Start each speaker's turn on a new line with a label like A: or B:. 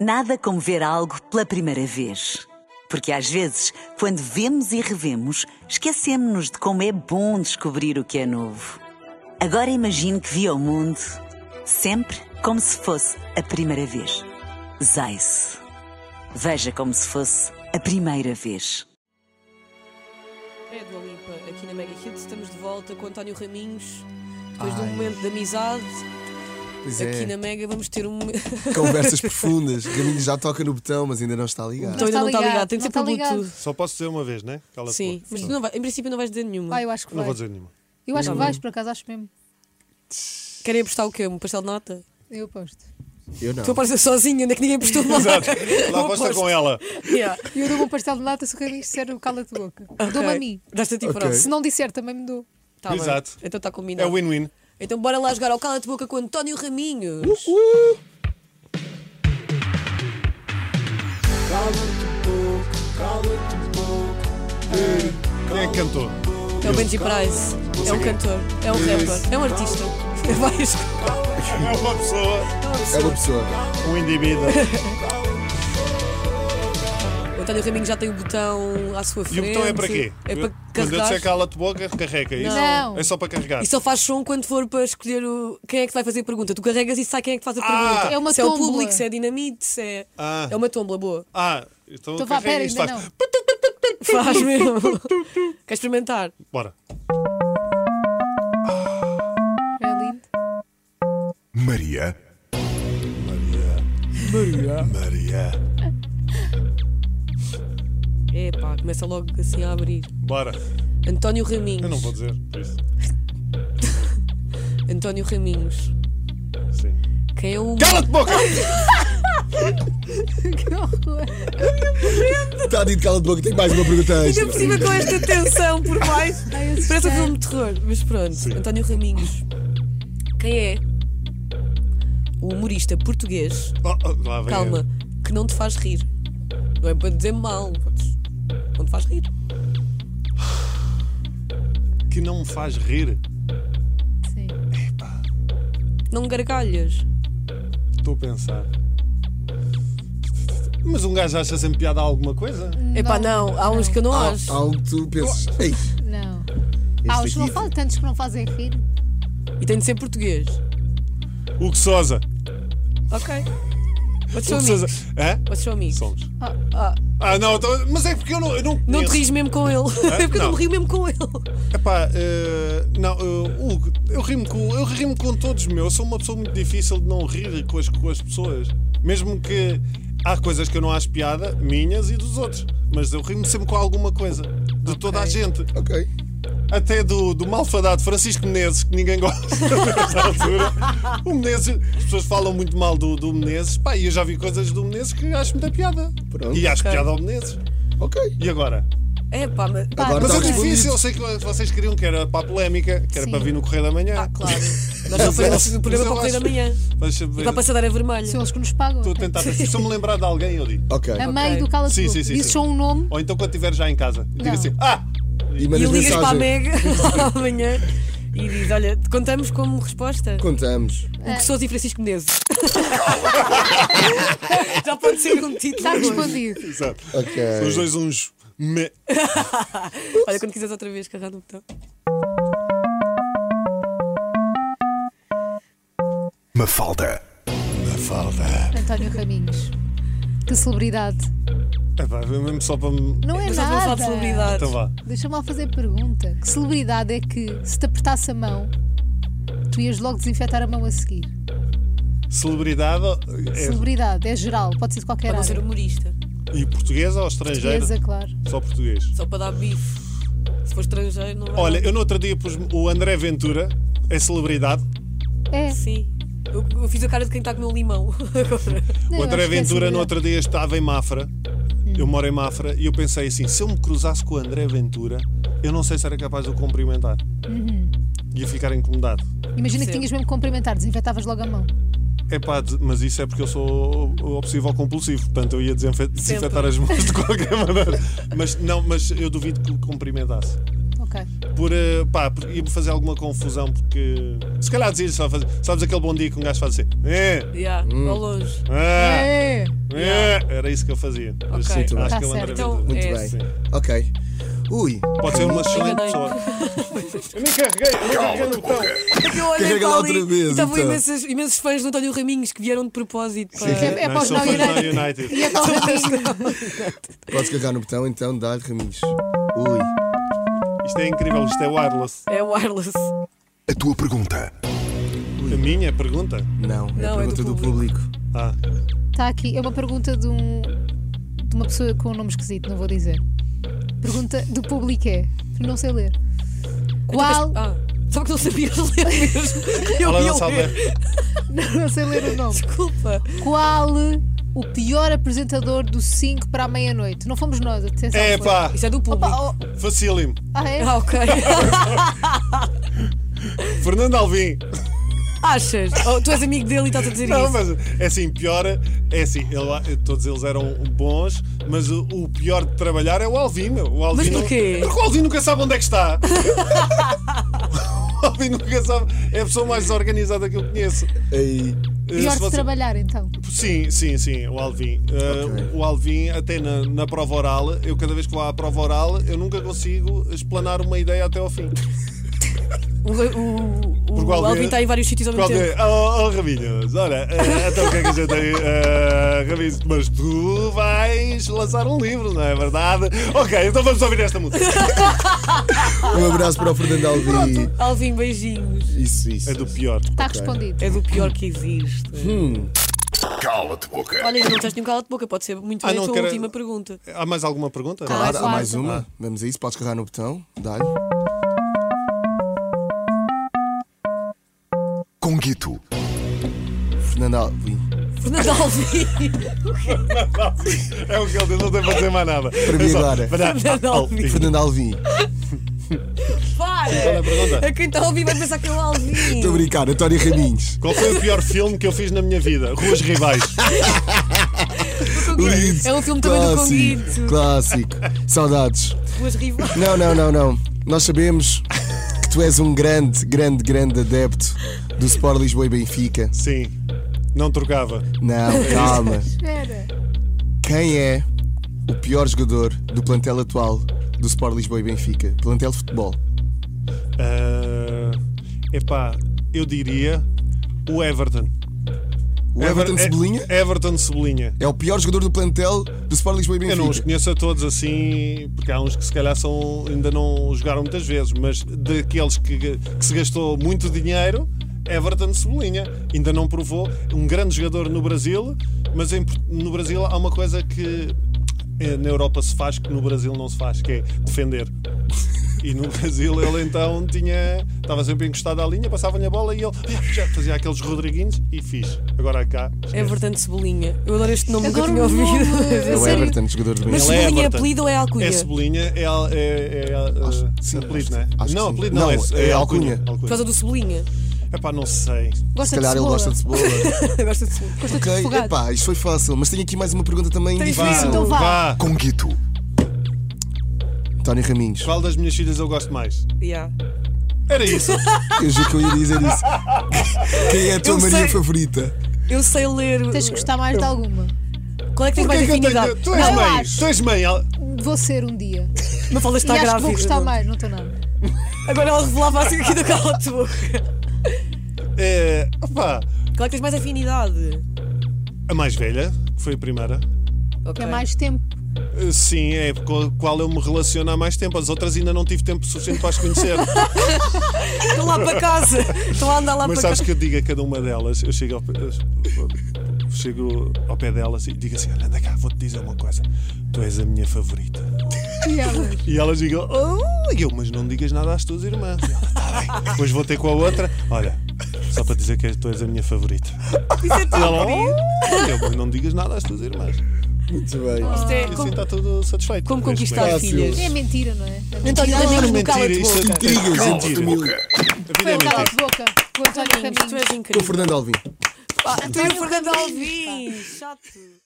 A: Nada como ver algo pela primeira vez. Porque às vezes, quando vemos e revemos, esquecemos-nos de como é bom descobrir o que é novo. Agora imagine que viu o mundo sempre como se fosse a primeira vez. Zais. Veja como se fosse a primeira vez.
B: É Dua Lipa, aqui na Mega Hits estamos de volta com António Raminhos. Depois de um
C: Ai.
B: momento de amizade,
C: Pois
B: aqui
C: é,
B: na Mega vamos ter um.
C: conversas profundas. Gaminho já toca no botão, mas ainda não está ligado.
B: Então ainda não está
D: ligado,
B: ligado, tem que
D: não
B: ser pelo
D: está ligado.
B: Bluetooth.
E: Só posso dizer uma vez, né? Cala-te
B: Sim,
E: boca.
B: mas tu não é vai, em princípio não vais dizer nenhuma.
D: Ah, eu acho que
E: Não vou
D: vais.
E: dizer nenhuma.
D: Eu acho que
B: Tá
D: vais, por acaso, acho mesmo.
B: Querem apostar o quê? Um pastel de nota?
D: Eu aposto.
C: Eu não.
B: Então, Tu apareces sozinha, onde é que ninguém apostou lá?
E: Exato. Lá
B: Eu
E: aposta
B: aposto.
E: com ela.
B: Yeah.
D: E eu dou um pastel de nata se o Raminhos disser o cala-te boca. Dou-me a
B: Ok.
D: mim.
B: Dás-te a ti
C: Ok.
B: próprio.
D: Se não disser, também me dou.
B: Tá bem.
E: Exato.
B: Então está
E: É
B: combinado.
E: win-win.
B: Então bora lá jogar ao Cala-te Boca com António Raminhos.
E: Quem é que cantou?
B: É o Benji Price. É um cantor. É um rapper. É um artista. É várias
E: É uma pessoa.
C: É uma pessoa.
E: Um indivíduo.
B: O António Raminho já tem o botão à sua frente.
E: E o botão é para quê?
B: É para
E: Quando eu disser
B: carregar.
E: cala-te boca, carrega isso.
D: Não.
E: É só para carregar.
B: E só faz som quando for para escolher o... quem é que vai fazer a pergunta. Tu carregas e sai quem é que faz a
E: Ah!
B: pergunta.
D: É uma
B: se é o
D: tómbola.
B: público, se é dinamite, se é.
E: Ah.
B: É uma tombola boa.
E: Ah, então
D: Estou vá,
E: carrega
D: pera,
E: isto.
D: ainda não.
E: Faz.
B: Faz mesmo. Quer experimentar?
E: Bora.
D: É lindo.
F: Maria. Maria.
B: É pá, começa logo assim a abrir.
E: Bora.
B: António Raminhos.
E: Eu não vou dizer. Isso.
B: António Raminhos.
E: Sim.
B: Quem é o.
E: Cala-te boca!
D: Que horror.
C: Está dito cala de boca, tem mais uma pergunta
B: Ainda por cima
C: extra.
B: com esta tensão por mais.
D: Ai, assustei.
B: Parece um filme de terror, mas pronto. António Raminhos. Quem é? O humorista português,
E: Oh, oh, lá vem
B: calma, que não te faz rir. Não é para dizer mal, podes- não te faz rir.
E: ele. Que não me faz rir. um
D: Sim.
B: Não gargalhas.
E: Estou a pensar. Mas um gajo acha sempre piada a alguma coisa?
B: É pá, não, há uns que eu não
C: Há
B: acho.
C: há algo que tu pensas. Ei, este
D: Não. Ah, os
C: aqui-
D: não falo tantos que não fazem rir.
B: E tem de ser português.
E: Hugo Sousa.
B: Ok. Vocês são
E: Hugo
B: amigos.
E: Sousa. Hã?
B: Vocês são amigos.
E: Somos.
D: Ah,
E: Ah, não, então- mas é porque eu não. Eu não,
B: Não te
E: conheço.
B: rires mesmo com ele. É porque eu não
E: Não.
B: me rio mesmo com ele.
E: Epá, eh, não, eh, Hugo, eu rimo, com, eu rimo com todos, meu. Eu sou uma pessoa muito difícil de não rir com as, com as pessoas. Mesmo que há coisas que eu não acho piada, minhas e dos outros. Mas eu rimo sempre com alguma coisa. De toda a gente.
C: Ok.
E: Até do, do malfadado Francisco Menezes, que ninguém gosta nesta altura. O Menezes, as pessoas falam muito mal do, do Menezes. Pá, e eu já vi coisas do Menezes que acho muita piada.
C: Pronto.
E: E acho
B: Ok.
E: piada ao Menezes.
C: Ok.
E: E agora?
B: É pá, mas.
D: Pá,
C: Agora
E: Mas
C: está
E: é
D: Ok.
E: difícil, eu sei que vocês queriam que era para a polémica, que era
D: Sim.
E: para vir no Correio da Manhã.
B: Ah, claro. Nós já fazemos o programa para o correr da manhã.
E: Deixa ver.
B: E para a passadeira vermelha.
D: São eles que nos pagam.
E: Estou a
D: até.
E: tentar. pensar. Se eu me lembrar de alguém, eu digo.
C: Ok.
B: É,
D: A meio do cala-te
E: Sim,
D: boca.
E: sim, sim,
D: Dizes
E: sim.
D: só um nome.
E: Ou então quando estiver já em casa, diga
D: Não.
E: assim: Ah!
C: E
B: E
C: mandas
B: ligas para a
C: mensagem.
B: Mega amanhã e diz: Olha, te contamos como resposta.
C: Contamos.
B: O que Sousa e Francisco Menezes. Já pode ser um título.
D: Está respondido.
E: Exato.
C: Ok.
E: São os dois uns. Me...
B: Olha, quando quiseres outra vez, carrar no botão.
F: Mafalda. Mafalda.
D: António Raminhos. Que celebridade.
E: É pá, mesmo só para me.
D: Não é
B: Mas estamos a falar de
D: nada.
B: celebridade.
E: Então vá.
D: Deixa-me lá fazer pergunta. Que celebridade é que, se te apertasse a mão, tu ias logo desinfetar a mão a seguir?
E: Celebridade é-
D: Celebridade, é geral, pode ser de qualquer
B: Para não ser
D: área.
B: humorista.
E: e portuguesa ou estrangeira?
D: Portuguesa, claro.
E: Só português.
B: Só para dar bife. Se for estrangeiro, não vai.
E: Olha, eu no outro dia pus o André Ventura, é celebridade.
D: É.
B: Sim. Eu, eu fiz a cara de quem está com o meu limão. Agora.
D: Não,
E: O
D: eu
E: André
D: acho que é Hum.
E: Ventura, no
D: celebridade.
E: outro dia, estava em Mafra. Eu moro em Mafra e eu pensei assim: se eu me cruzasse com o André Ventura, eu não sei se era capaz de o cumprimentar.
D: Uhum.
E: Ia ficar incomodado.
D: Imagina que
B: Percebo.
D: tinhas mesmo que cumprimentar, desinfetavas logo a mão.
E: É pá, mas isso é porque eu sou obsessivo ou compulsivo, portanto eu ia desinfe- desinfetar as mãos de qualquer maneira. Mas não, mas eu duvido que o cumprimentasse.
D: Ok.
E: por, eh, pá, por- ia-me fazer alguma confusão porque. Se calhar dizia só fazer. Sabes aquele bom dia que um gajo faz assim? É,
B: Yeah, ao longe.
D: É.
E: é, é. Era isso que eu fazia. Mas
B: Ok.
E: sim, acho
D: Tá
E: que
D: certo.
E: eu andaria
B: Então,
E: bem.
C: Muito
B: é,
C: bem.
E: sim.
C: Ok. Ui,
E: Pode ser uma excelente
B: Enganei-me.
E: pessoa. Eu nem carreguei, eu nem carreguei no botão.
B: É que eu olhei
C: Carrega
B: para
C: outra
B: ali
C: vez,
B: e estavam
C: então.
B: imensos, imensos fãs do António Raminhos que vieram de propósito para.
D: É, é
E: Não,
D: para os
E: sou
D: não
E: fã do Man
D: United.
E: United.
D: E é para os Raminhos.
C: podes carregar no botão então, dá-lhe Raminhos. Ui.
E: Isto é incrível, isto é wireless.
B: É wireless.
F: A tua pergunta.
E: A minha pergunta.
C: Não, é a
B: Não, é do
C: pergunta do
B: público.
C: público.
E: Ah,
D: Está aqui, é uma pergunta de, um, de uma pessoa com um nome esquisito, não vou dizer. Pergunta do público é, não sei ler. Qual,
B: Ah, só que não sabia ler mesmo. Eu
E: ela
B: ia
E: não sabe
B: ler.
E: ler.
D: não sei ler o nome.
B: Desculpa.
D: Qual o pior apresentador do 5 para a meia-noite? Não fomos nós, atenção.
E: É
D: foi.
E: pá,
B: Isso é do público.
D: Opa, oh,
E: facílimo.
D: ah, é?
B: Ah, ok.
E: Fernando Alvim.
B: Achas? Oh, tu és amigo dele e estás a dizer
E: Não,
B: isso.
E: mas é assim, pior. É assim, ele- todos eles eram bons, mas o, o pior de trabalhar é o Alvin. meu. O Alvin
B: Mas
E: não-
B: porquê?
E: Porque o Alvin nunca sabe onde é que está. o Alvin nunca sabe. É a pessoa mais desorganizada que eu conheço. Eh,
C: Aí.
D: Pior
E: Se
D: de
E: você-
D: trabalhar, então.
E: Sim, sim, sim, o Alvin. Uh,
C: Ok.
E: O Alvin, até na, na prova oral, eu cada vez que vou à prova oral, eu nunca consigo explanar uma ideia até ao fim.
B: O, o, o,
E: Porque o Alvin-
B: Alvin está em vários sítios ao mesmo
E: Qual
B: tempo.
E: é?
C: Então-
E: Oh, oh Raminhos, olha, eh, então o que é que a gente tem? Eh, Raminhos, mas tu vais lançar um livro, não é verdade? Ok, então vamos ouvir esta música.
C: Um abraço para o Fernando Alvi.
B: Alvin, beijinhos.
C: Isso, isso.
E: É do pior.
D: Está respondido.
B: É do pior que existe.
E: Hum.
F: Cala-te, boca.
B: Olha, ainda não estás nenhum cala de boca, pode ser muito
E: Ah,
B: bem
E: não,
B: a tua
E: quero-
B: última pergunta.
E: Há mais alguma pergunta?
D: Claro.
C: Claro, há mais uma. Vamos a isso, podes carregar no botão, dá-lhe.
F: Conguito.
C: Fernando Alvi.
B: Fernando Alvin.
E: É o que ele diz, não tem para dizer mais nada. É
C: Para mim agora.
E: Fernando
B: Alvim.
C: Fernando Alvi.
E: Qual é
B: Para!
E: a pergunta?
B: A quem está a ouvir vai pensar que é o Alvin.
C: Estou a brincar, António Raminhos.
E: Qual foi o pior filme que eu fiz na minha vida? Ruas Rivais.
C: Lindo.
B: É um filme também do Conguito.
C: Clássico. Saudades.
B: Duas rivais.
C: Não, não, não, não. Nós sabemos que tu és um grande, grande, grande adepto do Sport Lisboa e Benfica.
E: Sim, não trocava.
C: Não, calma.
D: Espera.
C: Quem é o pior jogador do plantel atual do Sport Lisboa e Benfica? Plantel de futebol.
E: Ah, epá, eu diria o Everton.
C: O Everton
E: Ever-
C: Cebolinha
E: É, Everton Cebolinha.
C: é o pior jogador do plantel do Sport Lisboa e
E: Eu não os
C: Benfica.
E: conheço a todos assim, porque há uns que se calhar são, ainda não jogaram muitas vezes, mas daqueles que, que se gastou muito dinheiro, Everton Cebolinha. Ainda não provou. Um grande jogador no Brasil, mas em Port- no Brasil há uma coisa que eh, na Europa se faz que no Brasil não se faz, que é defender. E no Brasil ele então tinha. Estava sempre encostado à linha, passava-lhe a bola e ele "Ah, já fazia aqueles Rodriguinhos e fiz. Agora cá.
B: É verdade, Cebolinha. Eu adoro este nome, nunca
D: Adoro
B: tinha
D: o nome.
B: ouvido.
C: É o
D: Sério?
C: Everton, jogador do
B: Mas
C: Benfica.
E: Ele é
B: Cebolinha é
E: Everton.
B: apelido ou é alcunha?
E: É Cebolinha, é. al- é, é, é
C: Acho-
E: sim,
C: sim,
E: apelido,
C: acho-
E: não é?
C: acho que
E: não,
C: sim.
E: apelido não,
C: Não,
E: é,
C: é
E: alcunha.
C: alcunha.
B: Por
E: alcunha.
B: causa do Cebolinha.
E: Epá, não sei.
D: Gosta
C: Se calhar
D: de
C: ele
D: cebola.
C: gosta de cebola.
B: Gosta de Cebolinha.
D: Gosta de
C: ok,
D: refogado.
C: epá, isto foi fácil. Mas tenho aqui mais uma pergunta também
B: Tens
C: difícil.
B: mais? Então vá.
F: Conguito.
C: António Raminhos.
E: Qual das minhas filhas eu gosto mais?
B: Yeah.
E: Era isso.
C: Eu juro que eu ia dizer isso. Quem é a tua
B: Eu
C: Maria
B: sei.
C: favorita?
B: Eu sei ler.
D: Tens que gostar mais de alguma.
B: Qual é que tens
E: Porquê
B: mais
E: que eu
B: afinidade?
E: tenho- Tu és
D: Não, eu
E: mãe.
D: acho.
E: Tu és mãe. ela-
D: Vou ser um dia.
B: Não falas está
D: e acho que
B: grávida.
D: vou gostar mais, não estou nada.
B: Agora ela revelava assim aqui do cala de boca.
E: É, opá,
B: Qual é que tens mais afinidade?
E: a mais velha, que foi a primeira.
B: Ok.
D: É mais tempo.
E: Eh, Sim, é com a qual eu me relaciono há mais tempo. As outras ainda não tive tempo suficiente para as conhecer.
B: Estão lá para casa. Estão a andar lá
E: Mas
B: para
E: sabes
B: casa.
E: que eu digo a cada uma delas, eu chego ao, pé- eu chego ao pé delas e digo assim: olha, anda cá, vou-te dizer uma coisa. Tu és a minha favorita.
D: E ela?
E: E elas digam, oh, e eu, mas não digas nada às tuas irmãs. E ela, tá bem. Depois vou ter com a outra, olha, só para dizer que tu és a minha favorita.
B: Isso é
E: E
B: tão
E: ela,
B: querido.
E: oh, eu, mas não digas nada às tuas irmãs.
C: Muito bem.
B: Isto
E: E
B: é
E: assim
B: como,
E: está tudo satisfeito.
B: como
E: Neste
B: conquistar
E: momento.
C: Fácil.
B: filhas.
D: É mentira, não é?
B: António
D: mentira.
B: Raminhos no
E: mentira,
B: cala de
E: isto é
B: boca.
C: Intrigas
E: Cala-te,
C: entre família.
E: A vida
D: Foi
E: é
D: o cala
E: mentira.
D: de boca com o António
B: Raminhos, tu és
D: Raminhos.
C: Com o
D: é
B: incrível.
C: Fernando Alvim.
B: Pá, tu és Fernando Alvim. Chato.